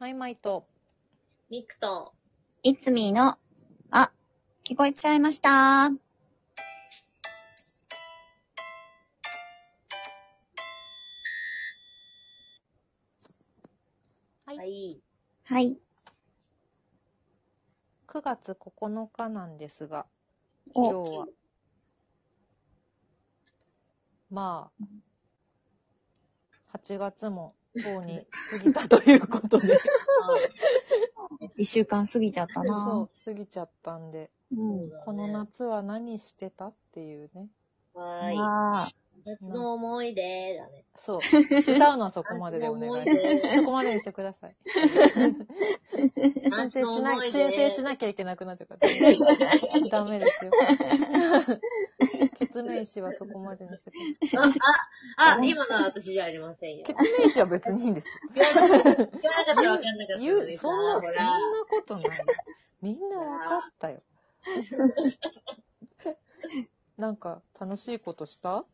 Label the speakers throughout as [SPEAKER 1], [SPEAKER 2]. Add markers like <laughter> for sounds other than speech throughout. [SPEAKER 1] マイマイと、
[SPEAKER 2] ミクと、
[SPEAKER 3] いつみーの、あ、聞こえちゃいました。
[SPEAKER 1] はい
[SPEAKER 2] い。
[SPEAKER 3] はい。
[SPEAKER 1] 9月9日なんですが、今日
[SPEAKER 3] お、
[SPEAKER 1] は、まあ、8月も、とうに過ぎたということ
[SPEAKER 2] <laughs>
[SPEAKER 1] で、
[SPEAKER 3] 一週間過ぎちゃったな
[SPEAKER 1] そ。う、過ぎちゃったんで、
[SPEAKER 3] うん。
[SPEAKER 1] この夏は何してたっていうね。
[SPEAKER 2] はーい。
[SPEAKER 3] は
[SPEAKER 2] 夏の思い出だね。 <laughs>
[SPEAKER 1] そう、歌うのはそこまででお願いします。そこまでにしてください。申請しな、
[SPEAKER 2] 夏の思
[SPEAKER 1] 申
[SPEAKER 2] い出
[SPEAKER 1] 請しなきゃいけなくなっちゃう
[SPEAKER 2] <laughs>
[SPEAKER 1] から。ダメですよ。決明詞はそこまでにしてください。
[SPEAKER 2] あ、今のは私じゃありませんよ。
[SPEAKER 1] 決明詞は別にいいん
[SPEAKER 2] <laughs>
[SPEAKER 1] ですよ。
[SPEAKER 2] 言わなかったらわかんなかった
[SPEAKER 1] 言う、そんな、そ
[SPEAKER 2] ほ
[SPEAKER 1] ん
[SPEAKER 2] ら
[SPEAKER 1] なことない。みんなわかったよ。 <laughs> なんか、楽しいことした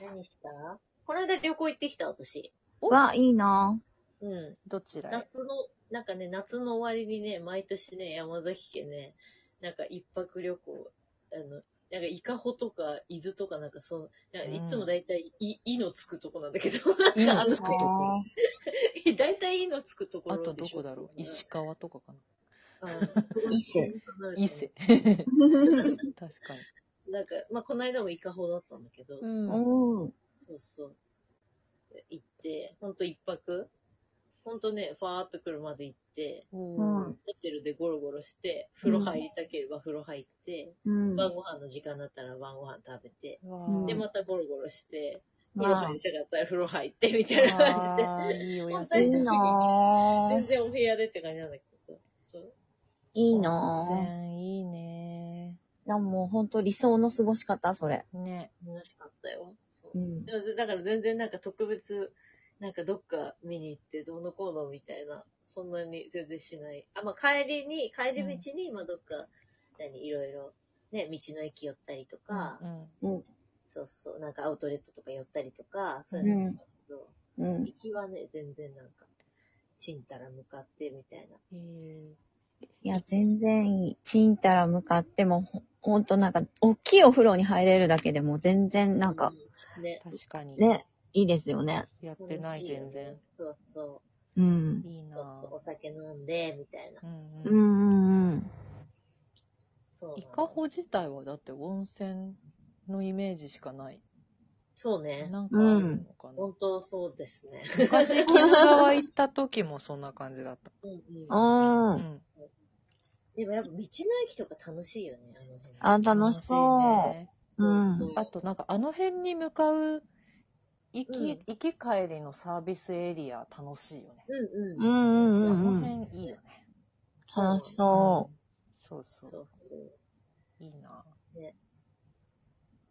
[SPEAKER 2] 何したこの間旅行行ってきた、私。
[SPEAKER 3] ーわ、いいな
[SPEAKER 2] うん。
[SPEAKER 1] どちらへ
[SPEAKER 2] 夏の、なんかね、夏の終わりにね、毎年ね、山崎家ね、なんか一泊旅行、あの、なんかイカホとか伊豆とかなんかその、なんかいつもだいたい、い、いのつくとこなんだけど、なん
[SPEAKER 1] い
[SPEAKER 2] か
[SPEAKER 1] の
[SPEAKER 2] あ
[SPEAKER 1] つ
[SPEAKER 2] の
[SPEAKER 1] くと、こ
[SPEAKER 2] <laughs> だいたいいのつくとこ
[SPEAKER 1] あ
[SPEAKER 2] ろ
[SPEAKER 1] とど
[SPEAKER 2] でしょ
[SPEAKER 1] こだろう石川とかかな
[SPEAKER 2] うん
[SPEAKER 3] 伊勢。
[SPEAKER 1] <laughs> 伊勢。
[SPEAKER 3] ろ。
[SPEAKER 1] 確か
[SPEAKER 2] なんか、まあ、この間もイカホだったんだけど、
[SPEAKER 1] に。うん。
[SPEAKER 3] おー
[SPEAKER 2] そうそう。行って、ほんと一泊ほんとね、ファーっと車で行って、
[SPEAKER 1] おー
[SPEAKER 3] ん
[SPEAKER 2] ホテルでゴロゴロして、風呂入りたければ風呂入って、
[SPEAKER 3] うん。
[SPEAKER 2] 晩ご飯の時間だったら晩ご飯食べて、
[SPEAKER 1] わ
[SPEAKER 3] うん
[SPEAKER 1] ー
[SPEAKER 2] で、またゴロゴロして、風呂
[SPEAKER 3] わあ
[SPEAKER 2] 入りたかったら風呂入って、みたいな感じで、
[SPEAKER 1] あーいいお休
[SPEAKER 3] い
[SPEAKER 1] み
[SPEAKER 3] い
[SPEAKER 1] だ
[SPEAKER 3] な
[SPEAKER 2] 全
[SPEAKER 3] ぁ。
[SPEAKER 2] 然お部屋でって感じなんだけどさ。そう
[SPEAKER 3] いい
[SPEAKER 1] 温
[SPEAKER 3] なぁ。
[SPEAKER 1] 泉いいね。
[SPEAKER 3] いや、もうほんと理想の過ごし方、それ。
[SPEAKER 1] ね。
[SPEAKER 2] 楽しかったよ。そう
[SPEAKER 3] うん。
[SPEAKER 2] でもだから全然なんか特別、なんかどっか見に行ってどうのこうのみたいな、そんなに全然しない。あ、まあ帰りに、帰り道に、まあどっか、何、いろいろ、ね、道の駅寄ったりとか、
[SPEAKER 1] うん
[SPEAKER 2] そうそう、なんかアウトレットとか寄ったりとか、そういうのもしたけど、
[SPEAKER 3] うん。
[SPEAKER 2] 行きはね、全然なんか、ちんたら向かってみたいな。
[SPEAKER 1] え
[SPEAKER 3] いや、全然いい。ちんたら向かっても、ほほんとなんか、大きいお風呂に入れるだけでも全然なんか、
[SPEAKER 2] うん、ね
[SPEAKER 1] ー、確かに。
[SPEAKER 3] ね、いいですよね。
[SPEAKER 1] やってない、
[SPEAKER 2] 楽しよ
[SPEAKER 1] 全
[SPEAKER 2] ね
[SPEAKER 1] 然。。
[SPEAKER 2] そうそう。
[SPEAKER 3] うん。
[SPEAKER 1] いいな
[SPEAKER 2] そうそう、お酒飲んで、みたいな。
[SPEAKER 1] うん
[SPEAKER 3] う
[SPEAKER 1] うん。
[SPEAKER 3] んうん
[SPEAKER 2] そうなの
[SPEAKER 1] イカホ自体はだって温泉のイメージしかない。
[SPEAKER 2] そうね。
[SPEAKER 1] なんかあるのかな。
[SPEAKER 2] 本当そうですね。
[SPEAKER 1] 昔、鬼怒川行った時もそんな感じだっ
[SPEAKER 2] <laughs> うんうん
[SPEAKER 3] うん。う。
[SPEAKER 1] た。うんん。
[SPEAKER 2] でもやっぱ道の駅とか楽しいよね、あの辺。
[SPEAKER 3] あ、楽し
[SPEAKER 1] 楽しい
[SPEAKER 3] そ
[SPEAKER 1] ね
[SPEAKER 3] う。うん。
[SPEAKER 1] あとなんかあの辺に向かう行き、
[SPEAKER 2] うん
[SPEAKER 1] 行き帰りのサービスエリア楽しいよね。
[SPEAKER 2] うん
[SPEAKER 3] う
[SPEAKER 2] うん。
[SPEAKER 3] んう
[SPEAKER 1] あ
[SPEAKER 3] んうんうん。
[SPEAKER 1] の辺いいよね。
[SPEAKER 3] 楽し
[SPEAKER 1] う
[SPEAKER 3] そ
[SPEAKER 1] んそうそ。
[SPEAKER 2] そううそう
[SPEAKER 1] いいな。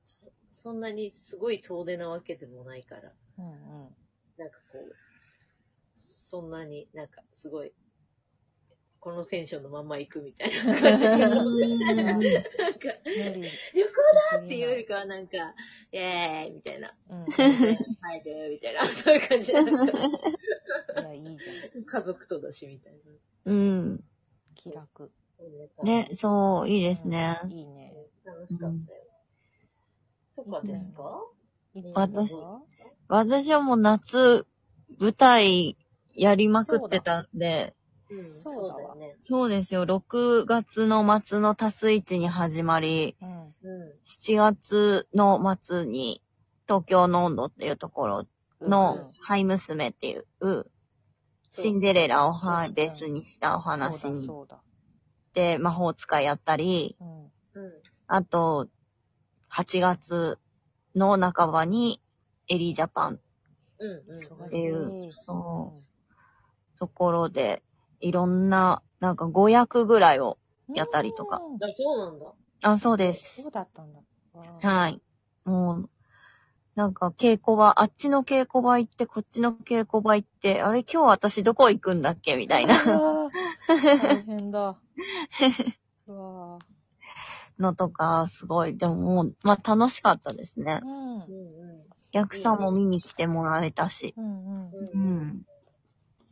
[SPEAKER 2] そ。そんなにすごい遠出なわけでもないから、
[SPEAKER 1] うんうん。
[SPEAKER 2] なんかこう、そんなになんかすごい、このテンションのまま行くみたいな感じ。
[SPEAKER 3] <laughs> う。
[SPEAKER 2] なんか、
[SPEAKER 3] う
[SPEAKER 2] 旅
[SPEAKER 3] ん
[SPEAKER 1] 無理。
[SPEAKER 2] 行っていうよりかはなんか、イェーイみたいな。
[SPEAKER 1] うん。
[SPEAKER 2] 入るみたいな、そういう感じなんか。
[SPEAKER 1] いや、いいじゃん。
[SPEAKER 2] 家族とだしみたいな。
[SPEAKER 3] うん。
[SPEAKER 1] 気楽。
[SPEAKER 2] そんな感じ
[SPEAKER 3] ね、そう、いいですね。
[SPEAKER 1] うんいいね。
[SPEAKER 2] 楽しかったよ。とかですか
[SPEAKER 1] いつ
[SPEAKER 3] 私
[SPEAKER 1] は
[SPEAKER 3] 私はもう夏、舞台やりまくってたんで、
[SPEAKER 2] うん、
[SPEAKER 1] そうだわ
[SPEAKER 2] よね。
[SPEAKER 3] そうですよ、6月の末の多数市に始まり、
[SPEAKER 1] うん。
[SPEAKER 2] うん。
[SPEAKER 3] 7月の末に東京の温度っていうところの、ハイ娘っていう、シンデレラをはベースにしたお
[SPEAKER 1] うん
[SPEAKER 3] 話に
[SPEAKER 1] そうだ、
[SPEAKER 3] で、魔法使いやったり、
[SPEAKER 1] そうだ。うん。
[SPEAKER 2] うん。
[SPEAKER 3] あと、8月の半ばに、エリージャパン、
[SPEAKER 2] うん。
[SPEAKER 1] 忙
[SPEAKER 3] ていう
[SPEAKER 1] しい。
[SPEAKER 3] そところで、いろんな、なんか5役ぐらいを、
[SPEAKER 1] うん
[SPEAKER 3] やったりとか
[SPEAKER 1] うん
[SPEAKER 2] あ、そうなんだ。
[SPEAKER 3] あ、そうで
[SPEAKER 1] そ
[SPEAKER 3] す。
[SPEAKER 1] うだったんだ。わあ
[SPEAKER 3] はい。もう、なんか稽古場、あっちの稽古場行って、こっちの稽古場行って、あれ今日私どこ行くんだっけみたいな <laughs>
[SPEAKER 1] うわー大変だ。うわ
[SPEAKER 3] のとか、すごい、でももう、まあ楽しかったですね
[SPEAKER 1] ー。うん。
[SPEAKER 2] うんう
[SPEAKER 3] 役者も見に来てもらえたし。
[SPEAKER 1] うんうん
[SPEAKER 2] ん。
[SPEAKER 3] うん。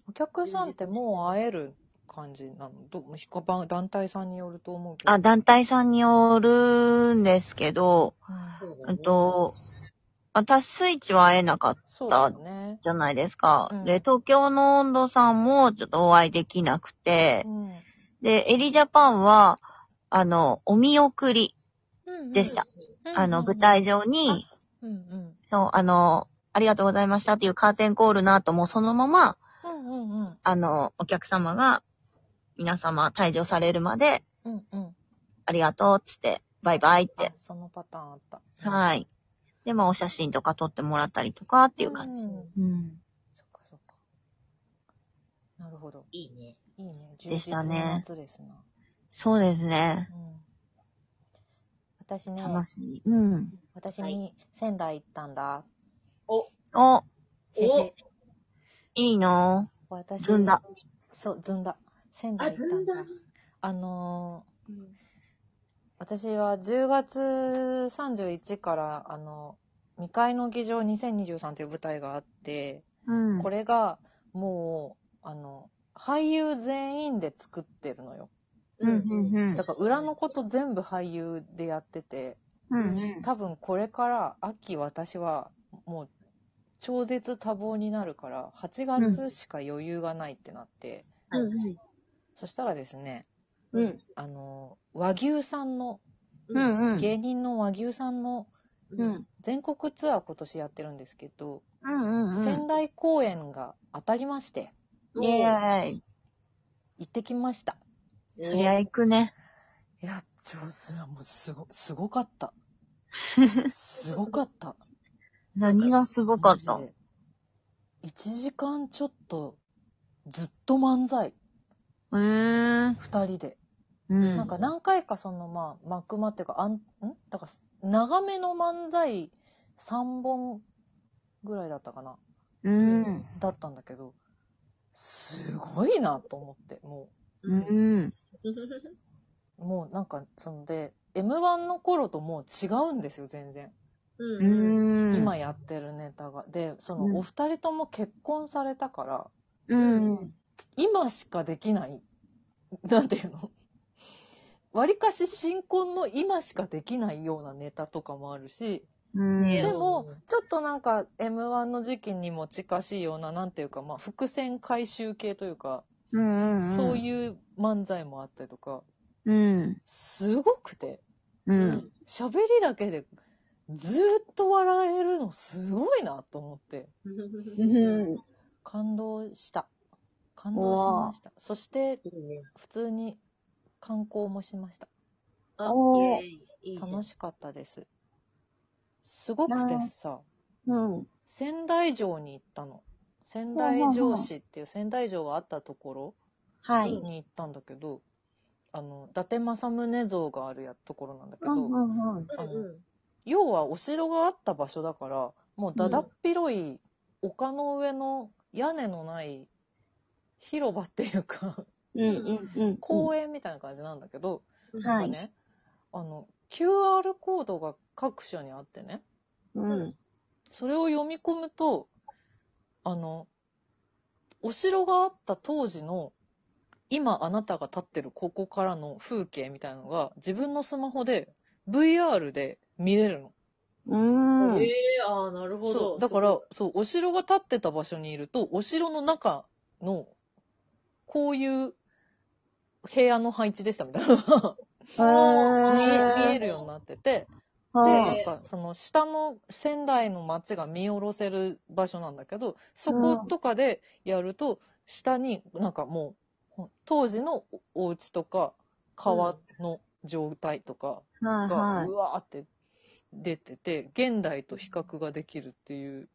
[SPEAKER 1] お客さんってもう会える感じなのどひかば団体さんによると思うけど。
[SPEAKER 3] あ、団体さんによるんですけど、
[SPEAKER 1] うん
[SPEAKER 2] そうだね
[SPEAKER 3] うんと、私スイッチは会えなかった
[SPEAKER 1] そうだよね。
[SPEAKER 3] じゃないですか。
[SPEAKER 1] うん
[SPEAKER 3] で、東京の温度さんもちょっとお会いできなくて
[SPEAKER 1] う、ん
[SPEAKER 3] で、エリジャパンは、あの、お見送り、でした。あの、舞台。上に、
[SPEAKER 1] うんうん
[SPEAKER 3] そう、あの、ありがとうございましたっていうカーテンコールの後もそのまま、
[SPEAKER 1] うんうんうん
[SPEAKER 3] あの、お客様が、皆様退場されるまで、
[SPEAKER 1] うんうん。
[SPEAKER 3] ありがとうっつって、バイバイっ
[SPEAKER 1] あ
[SPEAKER 3] て。、
[SPEAKER 1] そのパターンあった。い。
[SPEAKER 3] はい。で、まあ、お写真とか撮ってもらったりとかっていう感じ。
[SPEAKER 1] ん
[SPEAKER 3] うん。
[SPEAKER 1] そっかそっか。なるほど。
[SPEAKER 2] いいね。
[SPEAKER 1] いいね。
[SPEAKER 3] でした
[SPEAKER 1] 充実
[SPEAKER 3] ね
[SPEAKER 1] の夏ですな。
[SPEAKER 3] そうですね。
[SPEAKER 1] うん。私ね、
[SPEAKER 3] 楽しい。うん。
[SPEAKER 1] 私
[SPEAKER 2] は
[SPEAKER 1] に仙台行ったんだ。へ
[SPEAKER 3] お、
[SPEAKER 2] お
[SPEAKER 1] へ
[SPEAKER 3] いいの
[SPEAKER 1] 私、
[SPEAKER 3] ずんだ。。
[SPEAKER 1] そう、ずんだ。仙
[SPEAKER 2] あ、
[SPEAKER 1] 台行
[SPEAKER 2] ず
[SPEAKER 1] った
[SPEAKER 2] ん
[SPEAKER 1] んだ。
[SPEAKER 2] だ。
[SPEAKER 1] あのー
[SPEAKER 2] うん
[SPEAKER 1] 私は10月31から、あの、未開の議場2023という舞台があって、
[SPEAKER 3] うん。
[SPEAKER 1] これがもうあの俳優全員で作ってるのよ
[SPEAKER 3] うん、うん、うん
[SPEAKER 1] だ。から裏のこと全部俳優でやってて
[SPEAKER 3] うん、うん。
[SPEAKER 1] 多分これから秋私はもう超絶多忙になるから8月しか余裕がないってなって、
[SPEAKER 3] うん、
[SPEAKER 1] そしたらですね
[SPEAKER 3] うん。
[SPEAKER 1] あの和牛さんの
[SPEAKER 3] うん、うん。
[SPEAKER 1] 芸人の和牛さんの
[SPEAKER 3] うん、うん。
[SPEAKER 1] 全国ツアー今年やってるんですけど、
[SPEAKER 3] うん、うん。
[SPEAKER 1] 仙台公演が当たりまして
[SPEAKER 3] イェーイ。
[SPEAKER 1] 行ってきました
[SPEAKER 3] そりゃ行くね。
[SPEAKER 1] いや、上手はもうすご、すごか <laughs> った。すごかった。
[SPEAKER 3] 何がすごかった
[SPEAKER 1] マジで。1時間ちょっと、ずっと漫才、
[SPEAKER 3] うーん。
[SPEAKER 1] 2人で。
[SPEAKER 3] うん。
[SPEAKER 1] なんか何回かその、まあ、幕間っていうか、あん、んだから、長めの漫才3本ぐらいだったかな。
[SPEAKER 3] うん。
[SPEAKER 1] だったんだけど、すごいなと思って、もう。
[SPEAKER 3] うん。
[SPEAKER 1] もうなんか、そので、M1 の頃ともう違うんですよ、全然。
[SPEAKER 3] う
[SPEAKER 2] うん。
[SPEAKER 3] ん。
[SPEAKER 1] 今やってるネタが。で、その
[SPEAKER 3] うん
[SPEAKER 1] お二人とも結婚されたから、
[SPEAKER 3] うん。
[SPEAKER 1] 今しかできない、なんていうの割かし新婚の今しかできないようなネタとかもあるし、
[SPEAKER 3] うん。
[SPEAKER 1] で
[SPEAKER 2] ね
[SPEAKER 1] も
[SPEAKER 2] うん、
[SPEAKER 1] ちょっとなんか M1 の時期にも近しいような、なんていうか、まあ、伏線回収系というか、
[SPEAKER 3] うん。うん。
[SPEAKER 1] そう
[SPEAKER 3] う。
[SPEAKER 1] いう漫才もあったりとか、
[SPEAKER 3] うん。
[SPEAKER 1] すごくて、
[SPEAKER 3] うん。
[SPEAKER 1] 喋りだけでずーっと笑えるのすごいなと思って。
[SPEAKER 3] うん。
[SPEAKER 1] 感動した。感動しました。そして、
[SPEAKER 2] いいね。
[SPEAKER 1] 普通に観光もしました。
[SPEAKER 2] あ、
[SPEAKER 3] おー
[SPEAKER 2] イェーイいいじゃん
[SPEAKER 1] 楽しかったです。すごくてさ、
[SPEAKER 3] うん。
[SPEAKER 1] 仙台城に行ったの。仙台城市っていう仙台城があったとこ
[SPEAKER 3] は
[SPEAKER 1] ろ
[SPEAKER 3] い。
[SPEAKER 1] に行ったんだけど、あの、伊達政宗像があるやところなんだけ
[SPEAKER 3] う
[SPEAKER 1] ど、
[SPEAKER 3] んうんうん。
[SPEAKER 1] あの
[SPEAKER 2] うんうん
[SPEAKER 1] 要はお城があった場所だから、もうだだっ広い丘の上の屋根のない広場っていうか、
[SPEAKER 3] うんうんうん。
[SPEAKER 1] 公園みたいな感じなんだけど、
[SPEAKER 3] は
[SPEAKER 1] なんかね、あの、QR コードが各所にあってね、
[SPEAKER 3] うん。
[SPEAKER 1] それを読み込むと、あの、お城があった当時の、今あなたが立ってるここからの風景みたいなのが、自分のスマホで VR で見れるの。
[SPEAKER 3] うん。
[SPEAKER 2] ええああ、なるほ
[SPEAKER 1] そ
[SPEAKER 2] ど。
[SPEAKER 1] う、だから、そう、お城が建ってた場所にいると、お城の中の、こういう部屋の配置でしたみたいなのが見え見えるようになってて、で、
[SPEAKER 3] は。
[SPEAKER 1] ないんか、その、下の仙台の街が見下ろせる場所なんだけど、そことかでやると、下になんかもう、当時のお家とか、川の状態とか、が
[SPEAKER 3] は
[SPEAKER 1] うわーって出てて、現代と比較ができるっていう
[SPEAKER 3] い。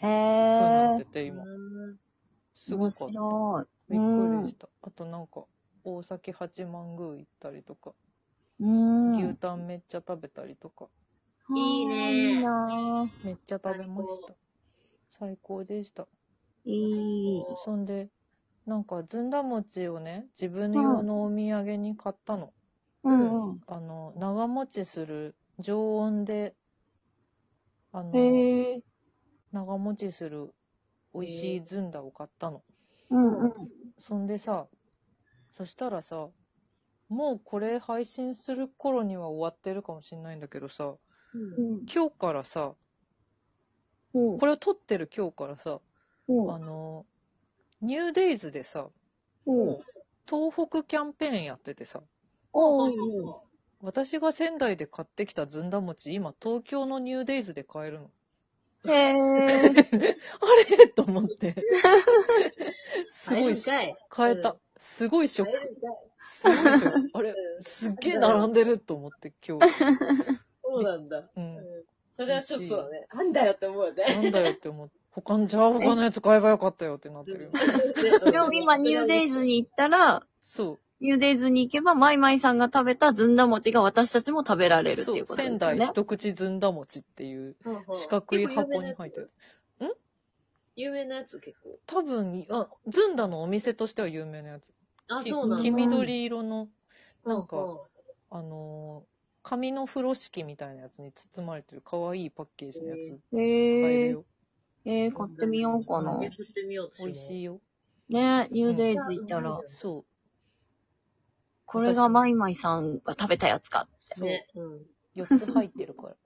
[SPEAKER 3] へ
[SPEAKER 1] 風になっ
[SPEAKER 3] え
[SPEAKER 1] て。て、今。
[SPEAKER 2] うん
[SPEAKER 1] すごかった。
[SPEAKER 3] 面白い。
[SPEAKER 1] びっくりした。あとなんか、大崎八幡宮行ったりとか、
[SPEAKER 3] うん。
[SPEAKER 1] 牛タンめっちゃ食べたりとか、
[SPEAKER 3] いいな
[SPEAKER 1] めっちゃ食べました。最高でした。
[SPEAKER 3] いい。
[SPEAKER 1] そんで、なんかずんだ餅をね、自分用のお土産に買ったの。
[SPEAKER 3] うんうん。
[SPEAKER 1] あの、長持ちする、常温で、あの、
[SPEAKER 3] へえ。
[SPEAKER 1] 長持ちする美味しいずんだを買ったの。
[SPEAKER 3] うんうん。
[SPEAKER 1] そんでさ、そしたらさ、もうこれ配信する頃には終わってるかもしんないんだけどさ、
[SPEAKER 3] うん。
[SPEAKER 1] 今日からさ、
[SPEAKER 3] うん
[SPEAKER 1] これを撮ってる今日からさ、
[SPEAKER 3] うん
[SPEAKER 1] あの、ニューデイズでさ、
[SPEAKER 3] うん。
[SPEAKER 1] 東北キャンペーンやっててさ、
[SPEAKER 3] おー
[SPEAKER 1] 私が仙台で買ってきたずんだ餅、今東京のニューデイズで買えるの。
[SPEAKER 3] へ
[SPEAKER 1] <laughs>
[SPEAKER 3] ー。
[SPEAKER 1] あれ <laughs> と思って。すごいし、
[SPEAKER 2] 買えるんかい
[SPEAKER 1] 買えた。すごいショック。すごいショック。あれ、すっげえ並んでると思って今日。
[SPEAKER 2] そうなんだ。
[SPEAKER 1] う。
[SPEAKER 2] うんんそれはちょっとだね、なんだよって思うよ
[SPEAKER 1] な
[SPEAKER 2] ね。
[SPEAKER 1] んだよって思って。他の、じゃあ他のやつ買えばよかったよってなってるよ。
[SPEAKER 3] でも今、ニューデイズに行ったら、
[SPEAKER 1] そ
[SPEAKER 3] ニューデイズに行けば、マイマイさんが食べたずんだ餅が私たちも食べられ
[SPEAKER 1] う。
[SPEAKER 3] るって
[SPEAKER 1] そ
[SPEAKER 3] いう
[SPEAKER 1] う。
[SPEAKER 3] ことですね。
[SPEAKER 1] 仙台一口ずんだ餅っていう四角い箱に入ってる。
[SPEAKER 2] 有名なやつ結構。
[SPEAKER 1] 多分、あ、ずんだのお店としては有名なやつ。
[SPEAKER 2] あ、
[SPEAKER 1] き
[SPEAKER 2] そうなんだ。
[SPEAKER 1] 黄緑色の、なん
[SPEAKER 2] う
[SPEAKER 1] か、
[SPEAKER 2] う
[SPEAKER 1] あのー紙の風呂敷みたいなやつに包まれてる可愛いパッケージのやつ買え
[SPEAKER 3] へ
[SPEAKER 1] る
[SPEAKER 3] えー。
[SPEAKER 1] よ。
[SPEAKER 3] えー、買ってみようかな。
[SPEAKER 2] 買
[SPEAKER 3] ね
[SPEAKER 2] ってみようと
[SPEAKER 1] 美味し
[SPEAKER 2] い。
[SPEAKER 1] いよ。
[SPEAKER 3] ニューデイズ行ったら、
[SPEAKER 1] そう。
[SPEAKER 3] これがマイマイさんが食べたやつか。
[SPEAKER 1] そう。
[SPEAKER 2] ね。うん。
[SPEAKER 1] 4つ入ってるから。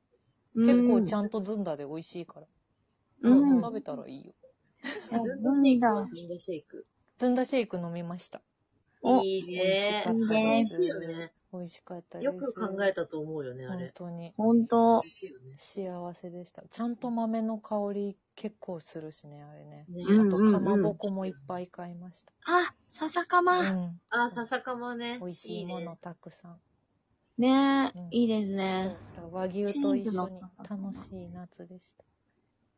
[SPEAKER 1] 結構ちゃんとずんだで美味しいから。
[SPEAKER 3] うん。
[SPEAKER 1] 食べたらいいよ。
[SPEAKER 2] ずん
[SPEAKER 3] ず
[SPEAKER 2] だ
[SPEAKER 3] ん
[SPEAKER 2] シェイク
[SPEAKER 3] だ
[SPEAKER 2] は。ずんだシェイク。
[SPEAKER 1] ずんだシェイク飲みました。
[SPEAKER 3] お
[SPEAKER 2] いい
[SPEAKER 1] 美味し
[SPEAKER 2] ね
[SPEAKER 1] か。っ
[SPEAKER 3] いいね
[SPEAKER 1] た
[SPEAKER 2] いい
[SPEAKER 1] で
[SPEAKER 2] よね。
[SPEAKER 1] す。美味しかったです。
[SPEAKER 2] よく考えたと思うよね、あ
[SPEAKER 1] 本
[SPEAKER 2] れ。
[SPEAKER 1] 当に
[SPEAKER 3] ほんと。
[SPEAKER 1] 幸せでした。ちゃんと豆の香り結構するしね、あれね。
[SPEAKER 2] ね
[SPEAKER 3] うん
[SPEAKER 1] あと、かまぼこもいっぱい買いました。
[SPEAKER 3] あ、笹か
[SPEAKER 1] う
[SPEAKER 3] ま。
[SPEAKER 1] ん。
[SPEAKER 2] あ、笹かまね。
[SPEAKER 1] 美味しいも
[SPEAKER 2] ね
[SPEAKER 1] のたくさん。
[SPEAKER 3] ねえ
[SPEAKER 1] うん、
[SPEAKER 3] いいですね。
[SPEAKER 1] そう和牛と一緒に楽しい夏でした。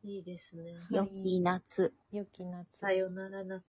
[SPEAKER 2] いいですね。
[SPEAKER 1] うん
[SPEAKER 3] 良き夏。
[SPEAKER 1] 良き夏。
[SPEAKER 2] さよなら夏。